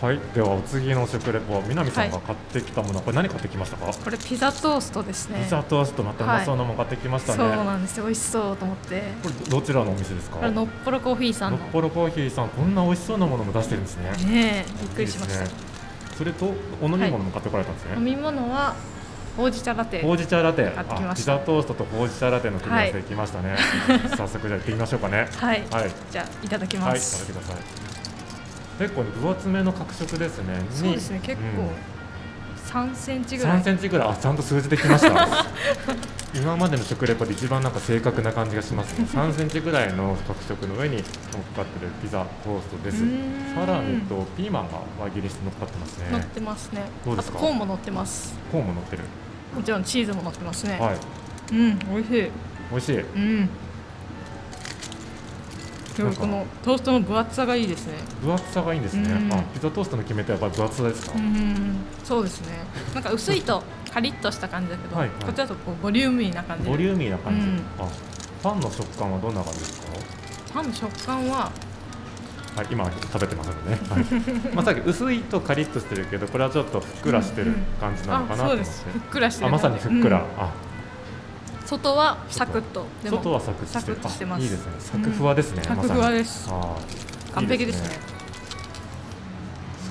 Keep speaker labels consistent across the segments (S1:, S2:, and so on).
S1: はい、ではお次の食レポは南さんが買ってきたもの、これ何買ってきましたか
S2: これピザトーストですね
S1: ピザトーストまたうまそうなもん買ってきましたね、
S2: そうなんですよ美味しそうと思って
S1: これどちらのお店です
S2: こ
S1: か
S2: れ
S1: の
S2: のっぽろコーヒーさんの
S1: っぽろコーヒーさんこんな美味しそうなものも出してるんですね
S2: ねえびっくりしました
S1: いいですねそれとお飲み物も買ってこられたんですね、
S2: 飲み物はほうじ茶ラテ
S1: ほうじ茶ラテ
S2: 買ってき
S1: あ
S2: ま
S1: ピ
S2: した
S1: ザトーストとほうじ茶ラテの組み合わせできました ね、早速じゃあ行ってみましょうかね
S2: はい、
S1: はい
S2: じゃあいただき
S1: は
S2: ま
S1: い、食
S2: す、
S1: べてください。結構ね分厚めの角色ですね。に
S2: そうですね結構3センチ
S1: うん
S2: ぐらい、
S1: 3センチぐらい、あ、ちゃんと数字できました。 今までの食レポで一番なんか正確な感じがします ね。3センチぐらいの角色の上に乗っかってるピザトーストです
S2: うー。
S1: さ
S2: ん
S1: らにえっとピーマンが輪切りして乗っかってます
S2: 乗っ
S1: ね。
S2: てますね
S1: どうで
S2: あ
S1: す
S2: と
S1: か
S2: コーンも乗ってます
S1: コーンも乗ってる。
S2: もちろんチーズも乗ってますね、
S1: はい、
S2: うん美味しい
S1: 美味しい。
S2: うん
S1: な
S2: すご
S1: ん
S2: い
S1: か
S2: このトーストの分厚さがいいですね
S1: 分厚さがいいんですね
S2: う。ん
S1: あ、ピザトーストの決め手はやっぱり分厚さですか
S2: う。んそうですねなんか薄いとカリッとした感じだけど、
S1: はいはい
S2: こっちだとこうボリューミーな感じで
S1: ボリューミーな感じ
S2: うん。
S1: あ、パンの食感はどんな感じですか。
S2: パンの食感は
S1: はい、今食べてますのでね、 はい、まあさっき薄いとカリッとしてるけどこれはちょっとふっくらしてる感じなの
S2: あ
S1: かなと
S2: そう
S1: 思っ
S2: で
S1: て、
S2: すふっくらして
S1: あ
S2: る
S1: まさ
S2: 感
S1: に
S2: じ
S1: ふっくら、
S2: うん
S1: あ
S2: 外はサクッとでも
S1: 外はサクッとしてる
S2: サクッとして
S1: あ
S2: ます
S1: いいですねサクふわですね、
S2: うん
S1: まさに
S2: サクふわです
S1: あー
S2: 完璧です
S1: い
S2: ね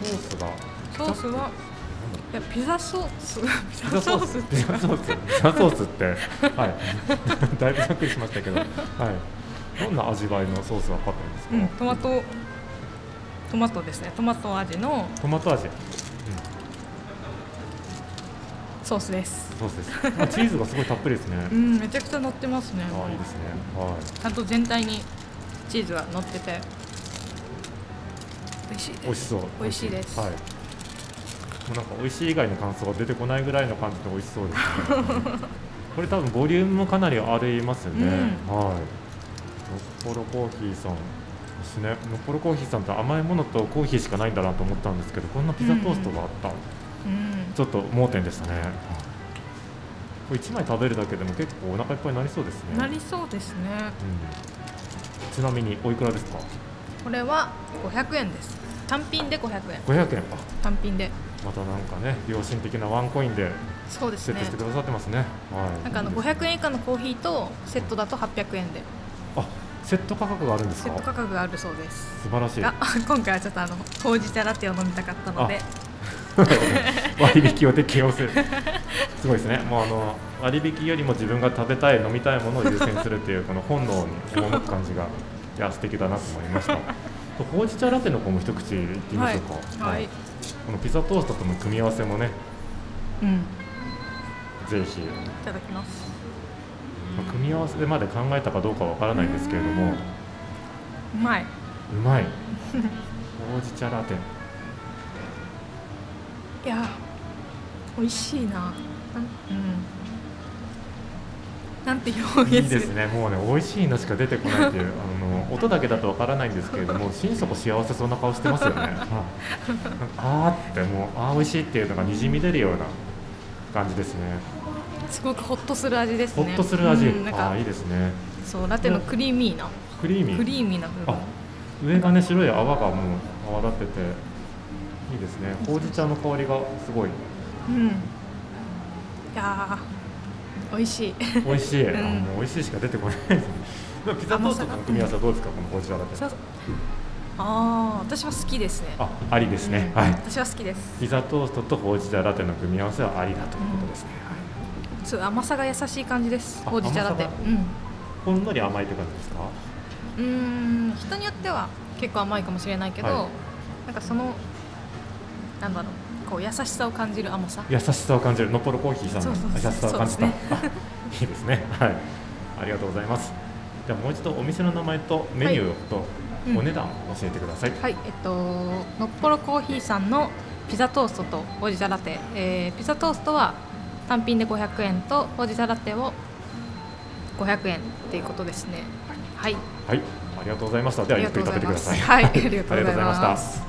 S1: いソースが
S2: ソースはいやピザソースピザソース
S1: ピザソースピザソースってはい だいぶざっくりしましたけどはいどんな味わいのソースがかかってるんですか、
S2: うんトマトトマトですねトマト味の
S1: トマト味、うん、
S2: ソースです
S1: ソースですあチーズがすごいたっぷりですね、
S2: うんめちゃくちゃ乗ってますね
S1: あーいいですねはい
S2: ちゃんと全体にチーズが乗ってて美味しい
S1: 美
S2: で
S1: 味し
S2: す
S1: そう
S2: 美味しいです
S1: はいもうなんか美味しい以外の感想が出てこないぐらいの感じで美味しそうです、ね、 これ多分ボリュームもかなりありますよね、
S2: う
S1: はいのっぽろコーヒーさんですねのっぽろコーヒーさんって甘いものとコーヒーしかないんだなと思ったんですけどこんなピザトーストがあった、
S2: うん
S1: ちょっと盲点でしたねこれ1枚食べるだけでも結構お腹いっぱいになりそうですね
S2: なりそうですね
S1: うんちなみにおいくらですか
S2: これは500円です単品で500円
S1: 500円あ
S2: 単品で
S1: またなんかね良心的なワンコインで
S2: そうです
S1: 設
S2: ね
S1: 定してくださってますね。はい。
S2: なんかあの500円以下のコーヒーとセットだと800円で
S1: あ、セット価格があるんです
S2: セッ
S1: か
S2: ト。価格があるそうです
S1: 素晴らしい。
S2: が 今回はちょっとあのほうじ茶ラテを飲みたかったので
S1: 割引を適用する。 すごいですね。もうあの割引よりも自分が食べたい飲みたいものを優先する っていうこの本能に赴く感じがいや素敵だなと思いま した。ほうじ茶ラテの子も一口いってみましょうか。
S2: はい、はい。
S1: このピザトーストとの組み合わせもね、
S2: うん
S1: ぜひ
S2: いただきます
S1: 組み合わせまで考えたかどうかわからないですけれども。
S2: うまいう
S1: まい。ほうじ茶ラテ。
S2: いやー美味しいなうんなんて表現する
S1: いいですね。もうね、美味しいのしか出てこ ないっていう、あの音だけだとわからないんですけれども、心底幸せそうな顔してますよね。はいあーって、もう、あー美味しいっていうのがにじみ出るような感じですね。
S2: すごくホッとする味です
S1: ほ
S2: ね
S1: っとする味、
S2: うんなん
S1: あ
S2: か
S1: ーいいですね。
S2: そうラテのクリーミーな
S1: クリーミー。
S2: クリーミーな部分
S1: あ、上がね、白い泡がもう泡立ってて。いいですね。ほうじ茶の香りがすごい。
S2: うんいやー美味しい
S1: 美味しい。あ
S2: うん
S1: ーも う美味しいしか出てこないですね。でもピザトーストとの組み合わせはどうですか、このほうじ茶ラテ。
S2: さあー私は好きですね
S1: あ、ありですね。
S2: うん
S1: はい。
S2: 私は好きです
S1: ピザトーストとほうじ茶ラテの組み合わせはありだということですね、
S2: ちょっと甘さが優しい感じです
S1: あ
S2: ほうじ茶ラテ
S1: 甘さ
S2: う
S1: ほんのり甘いという感じですか
S2: んうーん人によっては結構甘いかもしれないけど、
S1: は
S2: なんかそのなんだろうこう優しさを感じる甘さ
S1: 優しさを感じるノッポロコーヒーさん
S2: そ
S1: の
S2: うそう
S1: 優
S2: そう
S1: しさを感じた、
S2: そうで
S1: あいいですねはいありがとうございますではもう一度お店の名前とメニューと
S2: うん
S1: お値段を教えてください、
S2: はい、えっと、のっぽろコーヒーさんのピザトーストとほうじ茶ラテ、えーピザトーストは単品で500円とほうじ茶ラテを500円っていうことですね。はい、
S1: はい、ありがとうございましたではゆっくり食べてください
S2: ありがとうございます はい
S1: ありがとうございました